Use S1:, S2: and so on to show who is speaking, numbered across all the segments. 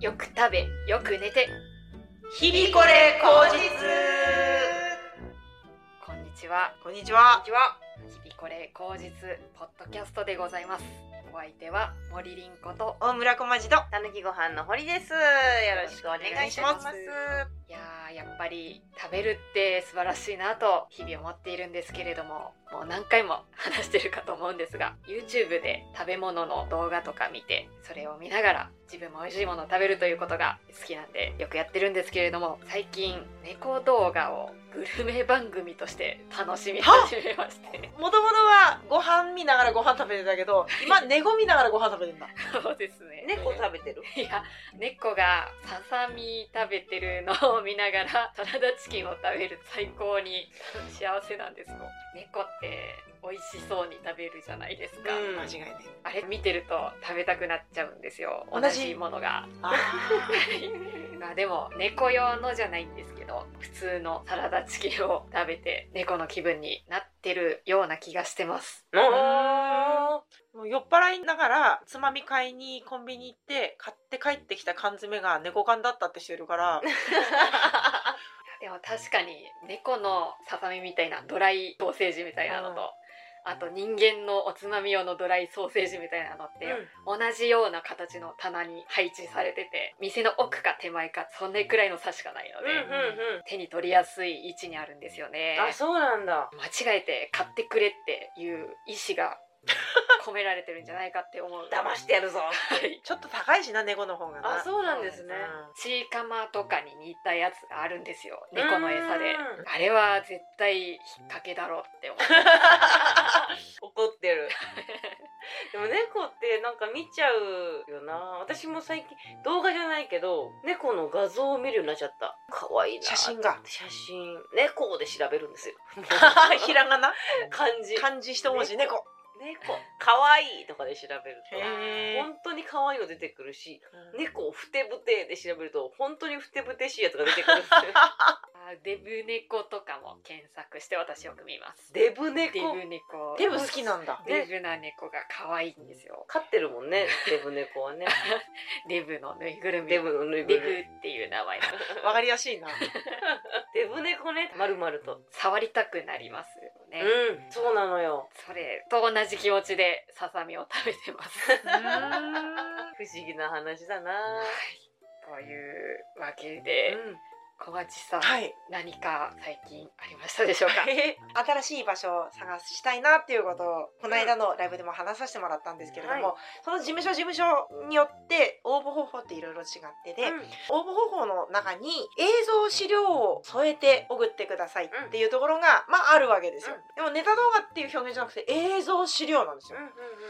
S1: よく食べ、よく寝て。
S2: 日々これ口実
S1: こんにちは。
S2: こんにちは
S1: ちは。日々これ口実ポッドキャストでございます。お相手は森凛子と。
S2: 大村小町とよ
S3: たぬきご飯の堀です。よろしくお願いします。
S2: お願いし
S1: いやー、やっぱり食べるって素晴らしいなと日々思っているんですけれども、もう何回も 話してるかと思うんですが、YouTube で食べ物の動画とか見て、それを見ながら自分も美味しいものを食べるということが好きなんでよくやってるんですけれども、最近猫動画をグルメ番組として楽しみ始めまして。
S2: もともとはご飯見ながらご飯食べてたけど今猫見ながらご飯食べてんだ
S1: そうですね。
S3: 猫食べてる。
S1: いや、猫がささみ食べてるのを見ながらサラダチキンを食べる最高に幸せなんですよ。猫って美味しそうに食べるじゃないですか。
S3: うん
S2: 間違いない
S1: あれ見てると食べたくなっちゃうんですよ。同
S2: 同じ
S1: じものが。
S2: あ ー
S1: まあでも猫用のじゃないんですけど、普通のサラダチキンを食べて猫の気分になってるような気がしてます。
S2: もう酔っ払いながらつまみ買いにコンビニ行って買って帰ってきた缶詰が猫缶だったってしてるから
S1: でも確かに猫のささみみたいなドライソーセージみたいなのと、
S2: うん
S1: あと人間のおつまみ用のドライソーセージみたいなのって、同じような形の棚に配置されてて店の奥か手前かそんなくらいの差しかないので、手に取りやすい位置にあるんですよね。
S3: そうなんだ。
S1: 間違えて買ってくれっていう意思が込められてるんじゃないかって思う。
S3: 騙してやるぞ。
S1: はい
S2: ちょっと高いしな猫の方がな
S3: あ、そうなんですね。
S1: チーカマとかに似たやつがあるんですよ猫の餌で
S3: う
S1: あれは絶対引っ掛けだろうって思う
S3: 怒ってる。でも猫ってなんか見ちゃうよな。私も最近動画じゃないけど、猫の画像を見るようになっちゃった。可愛いな。
S2: 写真が
S3: 写真。猫で調べるんですよ。
S2: ひらがな
S3: 漢字。
S2: 漢字一文字猫
S3: 猫。可愛いとかで調べると。
S2: へ
S3: 本当に可愛いの出てくるし、猫をふてぶてで調べると本当にふてぶてしいやつが出てくるんですよ
S1: あデブ猫とかも検索して私よく見ます
S3: デブ猫
S1: デブ猫
S2: デブ好きなんだ
S1: デブな猫が可愛いんですよ
S3: 飼ってるもんねデブ猫はね
S1: デブのぬいぐるみ
S3: デブのぬいぐ
S1: デ
S3: る
S1: ブ
S3: み
S1: っていう名前の
S2: わかりやす いな
S3: デブ猫ねまるまると
S1: 触りたくなりますよ
S3: う
S1: ね、
S3: んそうなのよ
S1: それと同じ気持ちでささみを食べてます
S3: 不思議な話だな
S1: というわけで小町さん、
S2: はい
S1: 何か最近ありましたでしょうか
S2: 新しい場所を探したいなっていうことをこの間のライブでも話させてもらったんですけれども、
S3: は
S2: その事務所事務所によって応募方法っていろいろ違ってて、
S3: うん
S2: 応募方法の中に映像資料を添えて送ってくださいっていうところが、まああるわけですよ、
S3: う
S2: でもネタ動画っていう表現じゃなくて映像資料なんですよ
S3: うんうんうん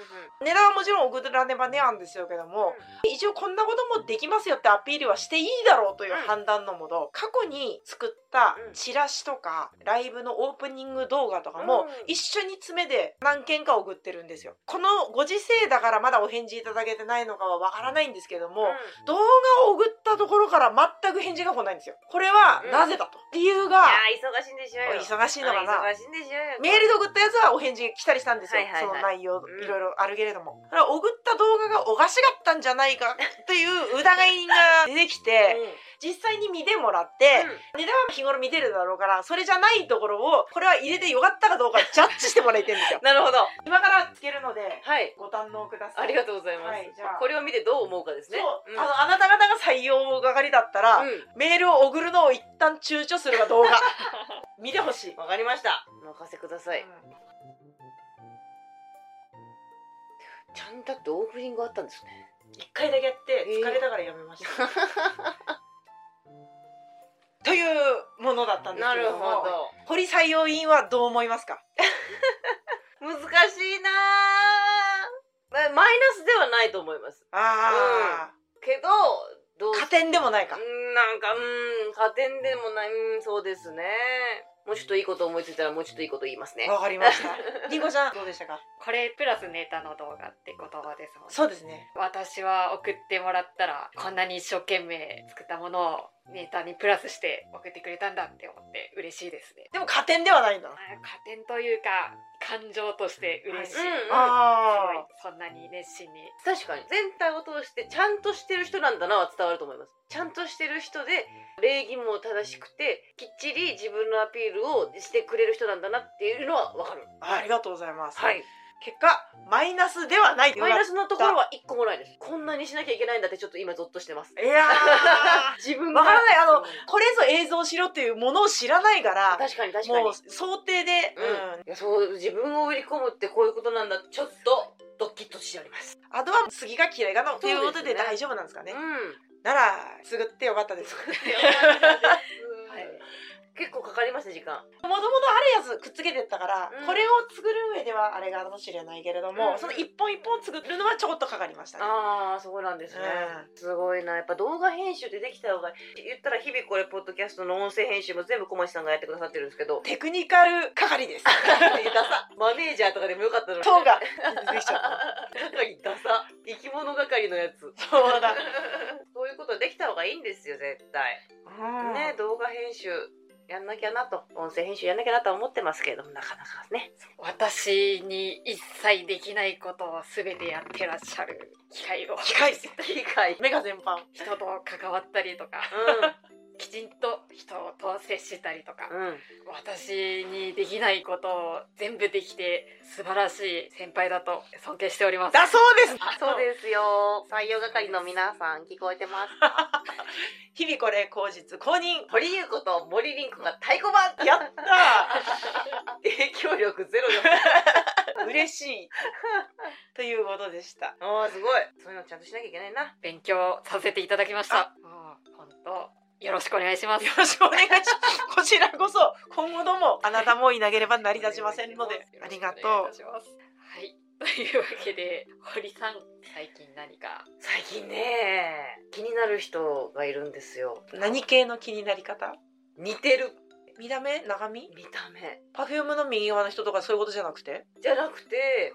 S2: ネタはもちろん送らねばねなんですよけども、一応こんなこともできますよってアピールはしていいだろうという判断のもと、過去に作ったチラシとかライブのオープニング動画とか
S3: う
S2: も
S3: ん
S2: 一緒に詰めで何件か送ってるんですよ。このご時世だからまだお返事いただけてないのかはわからないんですけども、
S3: う
S2: 動画を送ったところから全く返事が来ないんですよ。これはなぜだと。理由が
S3: んいやー忙しいんでしょうよ
S2: 忙しいのかな。
S3: 忙しいんでしょう よ
S2: メールで送ったやつはお返事来たりしたんですよ、
S3: はいはいはい
S2: その内容
S3: うん
S2: いろいろあるけれども、だから送った動画がおかしかったんじゃないかという疑いが出てきて実際に見てもらって、値段は日頃見てるだろうからそれじゃないところをこれは入れてよかったかどうかジャッジしてもらいてるんです よ
S3: なるほど
S2: 今からつけるので
S3: はい
S2: ご堪能ください
S3: ありがとうございま
S2: はいじゃあ
S3: すこれを見てどう思うかですね
S2: そう、
S3: ん
S2: あのあなた方が採用係だったら、
S3: うん
S2: メールを送るのを一旦躊躇するかどう か見てほしい、
S3: わかりましたお任せくださいちゃんとだってオープニングあったんですね
S2: 一回だけやって
S3: えー
S2: 疲れたからやめました、 というものだったんです
S3: な
S2: けれ
S3: る
S2: ども
S3: ほど
S2: 堀採用委員はどう思いますか
S3: 難しいなぁまマイナスではないと思います
S2: ああ、
S3: けどどう
S2: 加点でもないか、
S3: うんなんかうん加点でもないうんそうですねもうちょっといいこと思いついたらもうちょっといいこと言いますね
S2: わかりました りんごちゃんどうでしたか
S1: これプラスネタの動画って言葉ですもんね
S2: そうですね
S1: 私は送ってもらったらこんなに一生懸命作ったものをネタにプラスして送ってくれたんだって思って嬉しいですね。
S2: でも加点ではないんだな
S1: まあ加点というか感情として嬉しい、
S3: うんうん
S2: あ
S1: すごいそんなに熱心に
S3: 確かに全体を通してちゃんとしてる人なんだなは伝わると思いますちゃんとしてる人で礼儀も正しくてきっちり自分のアピールをしてくれる人なんだなっていうのはわかる
S2: あありがとうございます、
S3: はい
S2: 結果マイナスではない
S3: マイナスのところは一個もないですこんなにしなきゃいけないんだってちょっと今ゾッとしてます
S2: い や
S3: 自
S2: ー
S3: 分が
S2: わからないあの
S3: うん
S2: これぞ映像しろっていうものを知らないから
S3: 確かに確かに
S2: もう想定で、
S3: うんいやそう自分を売り込むってこういうことなんだちょっとドキッとしております
S2: あとは杉が嫌いがのっていうこと
S3: そうで
S2: です
S3: ね
S2: 大丈夫なんですかね
S3: うん
S2: ならすぐってよかった です
S1: はい
S3: 結構かかりますね時間
S2: もともとあるやつくっつけてったから、
S3: うん
S2: これを作る上ではあれがあるかもしれないけれども、
S3: うん
S2: その一本一本作るのはちょこっとかかりましたね
S3: ああそうなんですね、すごいなやっぱ動画編集でできた方が言ったら日々これポッドキャストの音声編集も全部小町さんがやってくださってるんですけど
S2: テクニカル係 です
S3: ダサマネージャーとかでもよかったのに
S2: 塔が出てきちゃった
S3: 係ダサ生き物係のやつ
S2: そうだ、
S3: そういうことできた方がいいんですよ絶対
S2: うん
S3: ね動画編集やんなきゃなと音声編集やんなきゃなとは思ってますけれどもなかなかね
S1: 私に一切できないことを全てやってらっしゃる機会を
S2: 機械
S3: 理解
S2: 目が全般
S1: 人と関わったりとかきちんと人と接したりとか
S3: うんうん
S1: 私にできないことを全部できて素晴らしい先輩だと尊敬しております
S2: だそうです
S3: あそうですよ採用係の皆さん聞こえてます
S2: 日々これ口実公認
S3: 堀優子と森凛子が太鼓判
S2: やった
S3: 影響力ゼロ だ
S2: ー嬉しいということでした
S3: あーすごいそういうのちゃんとしなきゃいけないな
S1: 勉強させていただきましたもう本当よろしくお願いします
S2: よろしくお願いしますこちらこそ今後ともあなたもいなければ成り立ちませんのでありがと
S1: う
S2: う
S1: はいというわ けで堀さん最近何か
S3: 最近ね気になる人がいるんですよ
S2: 何系の気になり方
S3: 似てる
S2: 見た目長身
S3: 見た目
S2: パフュームの右側の人とかそういうことじゃなくて
S3: じゃなくて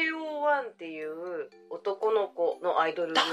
S3: JO1 っていう男の子のアイドルグルー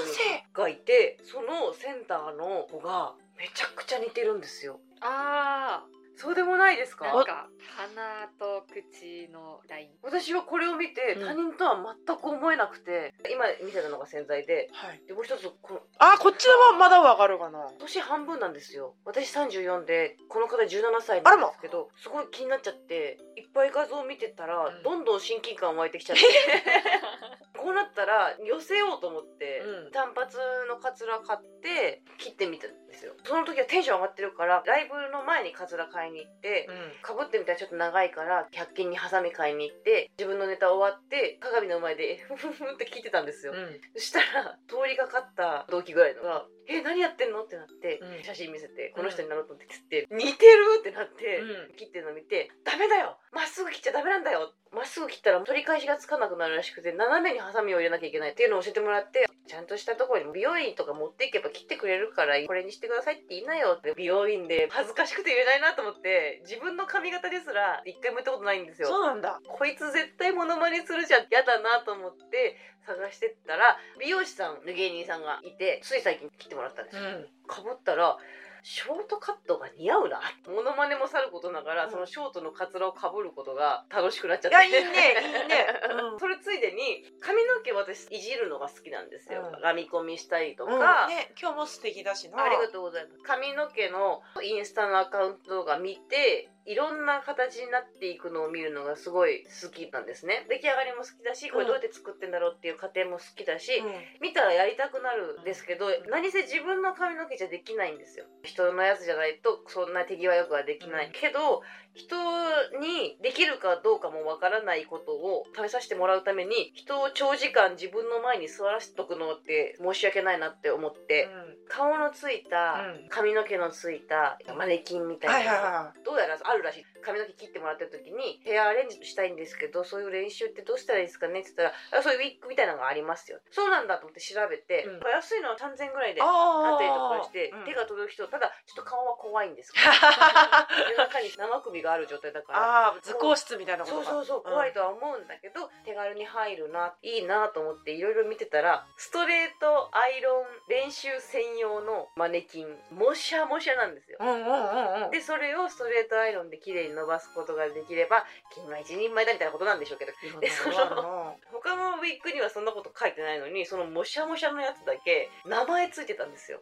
S3: プがいてそのセンターの子がめちゃくちゃ似てるんですよ
S1: あ
S3: そうでもないです
S1: あなん
S3: か
S1: か鼻と口のライ ン
S3: 私はこれを見て
S2: うん
S3: 他人とは全く思えなくて、今見せたのが潜在で
S2: はい
S3: でもう一つこの
S2: あこっちの方はまだわかるかな
S3: 年半分なんですよ私34でこの方17歳
S2: あ
S3: な
S2: ら
S3: ん
S2: ま
S3: ですけどすごい気になっちゃっていっぱい画像を見てたら、
S2: うん
S3: どんどん親近感湧いてきちゃって こうなったら寄せようと思って、
S2: うん
S3: 単発のカツラ買って切ってみたんですよその時はテンション上がってるからライブの前にカツラ買いに行って、
S2: う
S3: かぶってみたらちょっと長いから100均にハサミ買いに行って自分のネタ終わって鏡の前でフフフって聞いてたんですよ、
S2: ん
S3: そしたら通りがかった同期ぐらいのが「え何やってんの?」ってなって、
S2: うん
S3: 写真見せて「
S2: ん
S3: この人になろうと思って」つって「似てる!」ってなって、
S2: う
S3: 切ってるの見て「ダメだよまっすぐ切っちゃダメなんだよまっすぐ切ったら取り返しがつかなくなるらしくて斜めにハサミを入れなきゃいけない」っていうのを教えてもらってちゃんとしたところに美容院とか持っていけば切ってくれるからこれにしてくださいって言いなよって美容院で恥ずかしくて言えないなと思って自分の髪型ですら一回も言ったことないんですよ。
S2: そうなんだ
S3: こいつ絶対モノマネするじゃん嫌だなと思って探してったら美容師さんの芸人さんがいてつい最近切ってもらったんですよ、かぶったらショートカットが似合うなモノマネもさることながら、
S2: うん
S3: そのショートのカツラをかぶることが楽しくなっちゃっ
S2: い
S3: て
S2: やいいねいいねうん
S3: それついでに髪の毛私いじるのが好きなんですよ、
S2: うん
S3: 編み込みしたりとか、
S2: うんね、今日も素敵だしな
S3: ありがとうございます。髪の毛のインスタのアカウントが見て、いろんな形になっていくのを見るのがすごい好きなんですね。出来上がりも好きだし、これどうやって作ってんだろうっていう過程も好きだし、見たらやりたくなるんですけど、何せ自分の髪の毛じゃできないんですよ。人のやつじゃないと、そんな手際よくはできない。
S2: うん
S3: けど、人にできるかどうかもわからないことを試させてもらうために、人を長時間自分の前に座らせとくのって申し訳ないなって思って、
S2: うん
S3: 顔のついた、
S2: うん
S3: 髪の毛のついたマネキンみたいな、
S2: はいはいは
S3: どうやらあるらしい髪の毛切ってもらってる時にヘアアレンジしたいんですけどそういう練習ってどうしたらいいですかねって言ったらあそういうウィッグみたいなのがありますよそうなんだと思って調べて、
S2: うん
S3: 安いのは3000ぐらい
S2: い
S3: であっ
S2: あ
S3: たりとかして、
S2: うん
S3: 手が届く人ただちょっと顔は怖い んですけど夜中に生首がある状態だから
S2: あー図工室みたいなこと
S3: そう
S2: か
S3: そうそう、
S2: ん
S3: 怖いとは思うんだけど手軽に入るないいなと思っていろいろ見てたらストレートアイロン練習専用のマネキンもしゃもしゃなんですよ
S2: うんうんうんうん
S3: でそれをストレートアイロンで綺麗に伸ばすことができれば君は一人前だみたいなことなんでしょうけど
S2: えその
S3: 他のウィッグにはそんなこと書いてないのにそのもしゃもしゃのやつだけ名前ついてたんですよ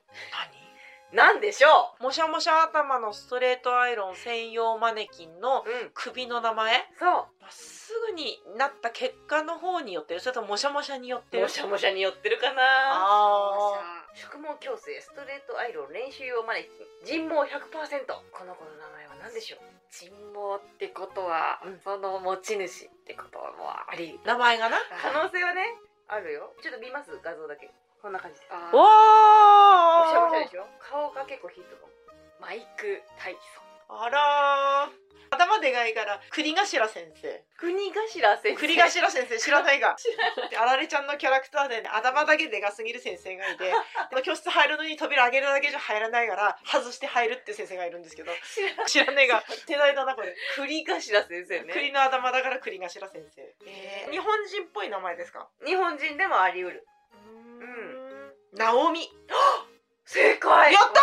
S3: なんでしょ
S2: 何もしゃもしゃ頭のストレートアイロン専用マネキンの
S3: ううん
S2: 首の名前
S3: そ
S2: まっすぐになった結果の方によってるそれとももしゃもしゃによってる
S3: うもしゃもしゃに寄ってるかな
S2: あ
S3: 植毛矯正ストレートアイロン練習用マネキン人毛100%この子の名前は何でしょう
S1: 人毛ってことは、
S3: うん
S1: その持ち主ってことはもうあり
S2: ー名前がな
S3: 可能性はねあるよちょっと見ます画像だけこんな感じです
S1: あー
S3: も
S2: わ
S3: しゃもしゃで
S2: ー
S3: しょ顔が結構ヒントかも
S1: マイク・タイソン
S2: あらー頭でかいから栗頭先生
S3: 国頭先生
S2: 栗頭先生知らないがあられちゃんのキャラクターで、ね、頭だけでかすぎる先生 がいてあの教室入るのに扉開けるだけじゃ入らないから外して入るって先生がいるんですけど
S3: 知ら
S2: 知らないが手代だなこれ
S3: 栗頭先生ね
S2: 栗の頭だから栗頭先生
S3: えー
S2: 日本人っぽい名前ですか
S3: 日本人でもあり得る
S2: うんナオミ
S3: 正解
S2: やった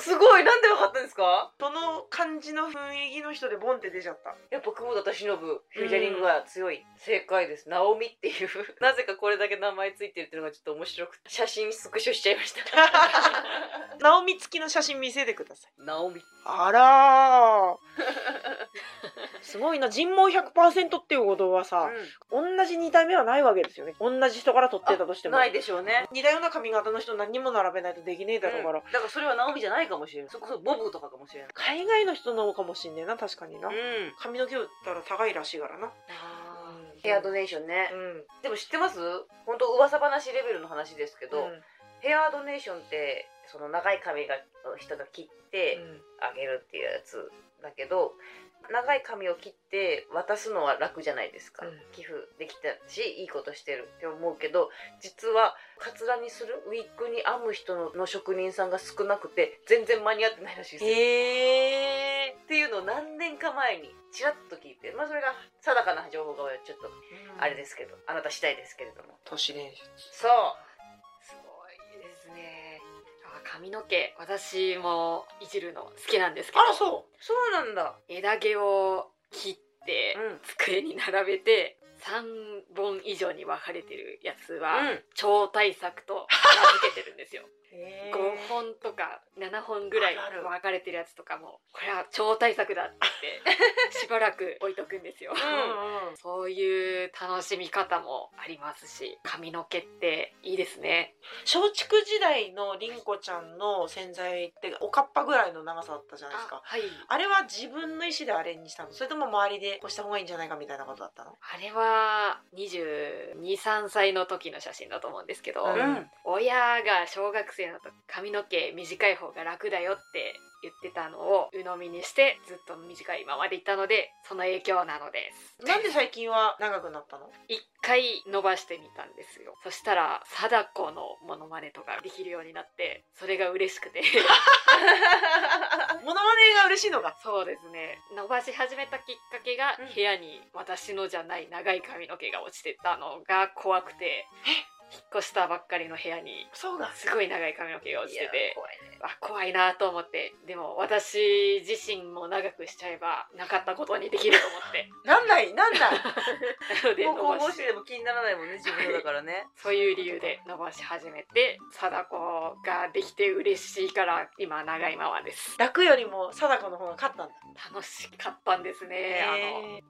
S3: すごいなんでわかったんですか
S2: その感じの雰囲気の人でボンって出ちゃった
S3: やっぱ久保田忍フューチャリングが強い、正解ですナオミっていう なぜかこれだけ名前ついてるっていうのがちょっと面白くて写真スクショしちゃいました
S2: ナオミ付きの写真見せてください
S3: ナオミ
S2: あ らーすごいな人毛100%っていうことはさ、同じ2体目はないわけですよね同じ人から撮ってたとしても
S3: ないでしょうね
S2: 似たような髪型の人何も並べないとできねえだろうから、
S3: だからそれはナオミじゃないかもしれないそれこそボブとかかもしれない
S2: 海外の人の方かもしんねえな確かにな、
S3: うん
S2: 髪の毛打ったら高いらしいからな
S3: ヘアドネーションね、
S2: うん
S3: でも知ってます本当噂話レベルの話ですけど、
S2: うん
S3: ヘアドネーションってその長い髪が人が切ってあげるっていうやつだけど長い髪を切って渡すのは楽じゃないですか、
S2: うん
S3: 寄付できたしいいことしてるって思うけど実はカツラにするウィッグに編む人のの職人さんが少なくて全然間に合ってないらしいですよ
S2: へえ
S3: っていうのを何年か前にちらっと聞いてまあそれが定かな情報がちょっとあれですすけど、あなた次第ですけれども
S2: 都市伝説
S3: そう
S1: すごいですねあ髪の毛私もいじるの好きなんですけど
S2: そう
S3: そうなんだ
S1: 枝毛を切って、
S3: うん
S1: 机に並べて3本以上に分かれてるやつは、
S3: うん
S1: 超大作と 名付けてるんですよ
S2: へ
S1: 5本とか7本ぐらい
S2: あるある
S1: 分かれてるやつとかもこれは超大作だって言って しばらく置いとくんですよ
S2: うん
S1: そういう楽しみ方もありますし髪の毛っていいですね
S2: 松竹時代の凛子ちゃんの洗剤っておかっぱぐらいの長さだったじゃないです
S1: あ
S2: か
S1: はい
S2: あれは自分の意思であれにしたのそれとも周りでこうした方がいいんじゃないかみたいなことだったの
S1: あれは223歳の時の写真だと思うんですけど、
S2: うん
S1: 親が小学生の時髪の毛短い方が楽だよって言ってたのを鵜呑みにしてずっと短いままでいたのでその影響なのです
S2: なんで最近は長くなったの
S1: 一回伸ばしてみたんですよそしたら貞子のモノマネとかできるようになってそれが嬉しくて
S2: モノマネが嬉しいのが
S1: そうですね伸ばし始めたきっかけが
S3: うん
S1: 部屋に私のじゃない長い髪の毛が落ちてたのが怖くて引っ越したばっかりの部屋に
S2: そうだ
S1: すごい長い髪の毛が落ち
S3: いや
S1: てて
S3: 怖いね
S1: あ怖いなと思ってでも私自身も長くしちゃえばなかったことにできると思って
S2: なんないなんな
S1: な
S2: い
S1: ので
S3: もう
S1: 伸ば
S3: 神々
S1: し
S3: しいでも気にならない もんね自分のだからね
S1: そういう理由で伸ばし始めて貞子ができて嬉しいから今長いままです
S2: 楽よりも貞子の方が勝ったんだ
S1: 楽しかったんですね
S2: へ
S1: あ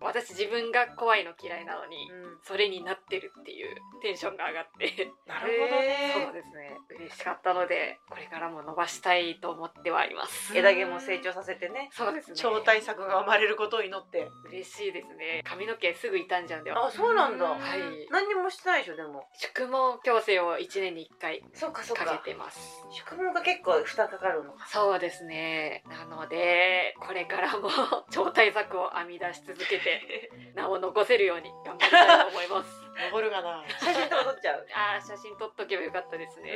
S1: の私自分が怖いの嫌いなのに
S3: うん
S1: それになってるっていうテンションが上が って
S2: な
S3: るほどねへー
S1: そうですね嬉しかったのでこれからも伸ばしたいと思ってはいます
S2: え
S3: 枝毛も成長させてね
S1: そうですね
S2: 超大作が生まれることを祈って
S1: 嬉しいですね髪の毛すぐ傷んじゃうんでは
S3: あそうなんだ
S2: うん
S1: はい
S3: 何にもしてないでしょでも
S1: 宿毛矯正を1年に1回
S3: そうかそ
S1: かけてます
S3: 宿毛が結構負担かかるのか
S1: そうですねなのでこれからも 超大作を編み出し続け て名を残せるように頑張りたいと思います
S2: 登るがな
S3: 写真とか撮っちゃう
S1: あー写真撮っとけばよかったですね、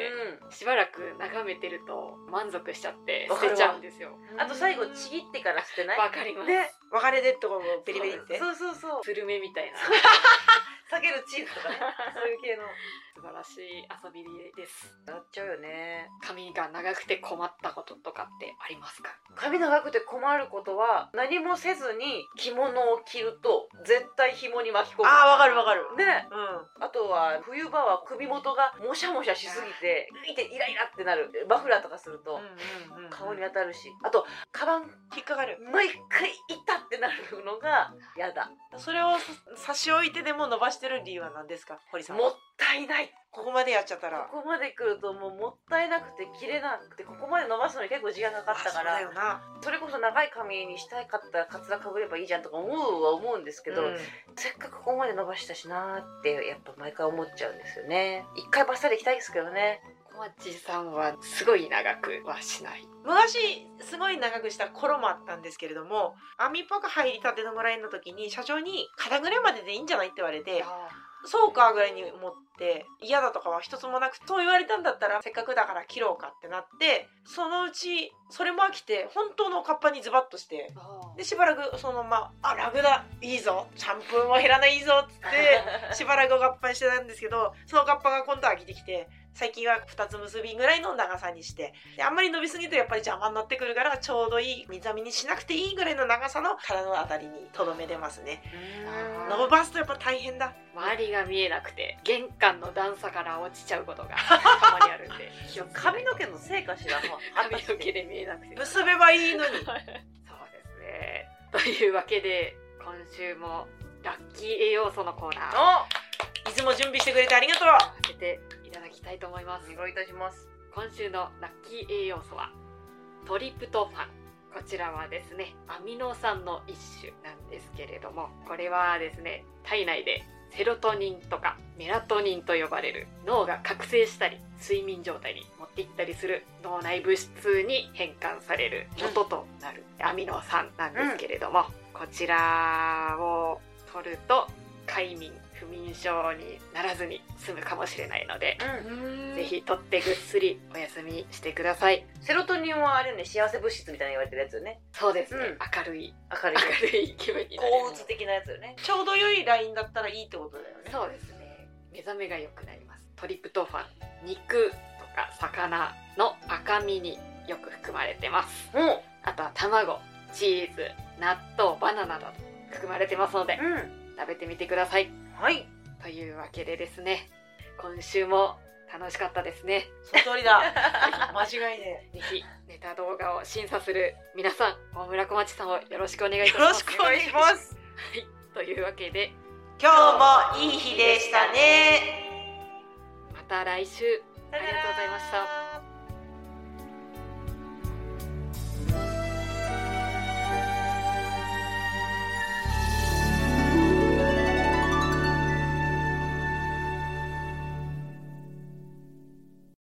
S3: う
S1: しばらく眺めてると満足しちゃって
S3: わか
S1: 捨
S3: る
S1: て
S3: わ
S1: ちゃうんですよ
S3: んあと最後ちぎってから捨てない
S1: わかります、
S2: で別れでってことをビリビリって
S3: そうそうそう
S1: スルメみたいな
S3: 下げるチーズとかねそういう系の
S1: 素晴らしい遊びです
S3: やっちゃうよね
S1: 髪が長くて困ったこととかってありますか
S3: 髪長くて困ることは何もせずに着物を着ると絶対紐に巻き込む
S2: ああわかるわかる
S3: ね
S2: うん
S3: あとは冬場は首元がもしゃもしゃしすぎていてイライラってなるマフラーとかすると顔に当たるしあとカバン
S2: 引っかかる
S3: 毎回痛ってなるのがやだ
S2: それを差し置いてでも伸ばしてる理由は何ですか堀さん
S3: もったいない
S2: ここまでやっちゃったら
S3: ここまで来るともうもったいなくて切れなくてここまで伸ばすのに結構時間かかったか
S2: あ
S3: ら
S2: そうだよな
S3: それこそ長い髪にしたいかったらカツラかぶればいいじゃんとか思うは思うんですけど、
S2: うん
S3: せっかくここまで伸ばしたしなーってやっぱ毎回思っちゃうんですよね一回バッサリ行きたいですけどね
S1: 小町さんはすごい長くはしない
S2: 昔すごい長くした頃もあったんですけれどもアミパが入りたてのぐらいの時に社長に「肩ぐらいまででいいんじゃない?」って言われて「そうか」ぐらいに思って嫌だとかは一つもなくそう言われたんだったらせっかくだから切ろうかってなってそのうちそれも飽きて本当のおかっぱにズバッとしてでしばらくそのまま「あラグだいいぞシャンプーも減らないいいぞ」っ つってしばらくおかっぱにしてたんですけどそのおかっぱが今度は飽きてきて最近は2つ結びぐらいの長さにしてであんまり伸びすぎるとやっぱり邪魔になってくるからちょうどいい水浴びにしなくていいぐらいの長さの体のあたりにとどめてますね
S1: う
S2: 伸ばすとやっぱ大変だ
S1: 周りが見えなくて玄関の段差から落ちちゃう ことがたまにあるんで気をつけない
S3: 髪の毛のせいか しらもう
S1: 髪の毛で見えなくて
S2: 結べばいいのに
S1: そうですね。というわけで今週もラッキー栄養素のコーナーを
S2: いつも準備してくれてありがとう
S1: 開けていただきたいと思います。
S3: お願いいたします
S1: 今週のラッキー栄養素はトリプトファン。こちらはですね、アミノ酸の一種なんですけれども、これはですね、体内でセロトニンとかメラトニンと呼ばれる脳が覚醒したり睡眠状態に持っていったりする脳内物質に変換される元となるアミノ酸なんですけれども、こちらを取ると快眠不眠症にならずに済むかもしれないので
S3: うん
S1: ぜひ取ってぐっすりお休みしてください。
S3: セロトニンはあれよね幸せ物質みたいな言われてるやつよね
S1: そうですね。
S3: うん
S1: 明るい
S3: 明るい
S1: 明るい気分になれ
S3: 抗
S1: ま
S3: う
S1: す
S3: つ。的なやつよね
S2: ちょうど良いラインだったらいいってことだよね
S1: そうですね。目覚めが良くなります。トリプトファン、肉とか魚の赤身によく含まれてます。
S3: も
S1: あとは卵、チーズ、納豆、バナナなど含まれてますので
S3: ううん
S1: 食べてみてください。
S3: はい
S1: というわけでですね、今週も楽しかったですね。
S2: その通りだ間違いね
S1: ぜひネタ動画を審査する皆さん、大村小町さんをよろしくお願い
S2: え
S1: いた
S2: よ
S1: しま
S2: ろ
S1: す
S2: し。くお願いします
S1: というわけで
S2: 今日もいい日でしたね
S1: また来週ありがとうございました
S2: た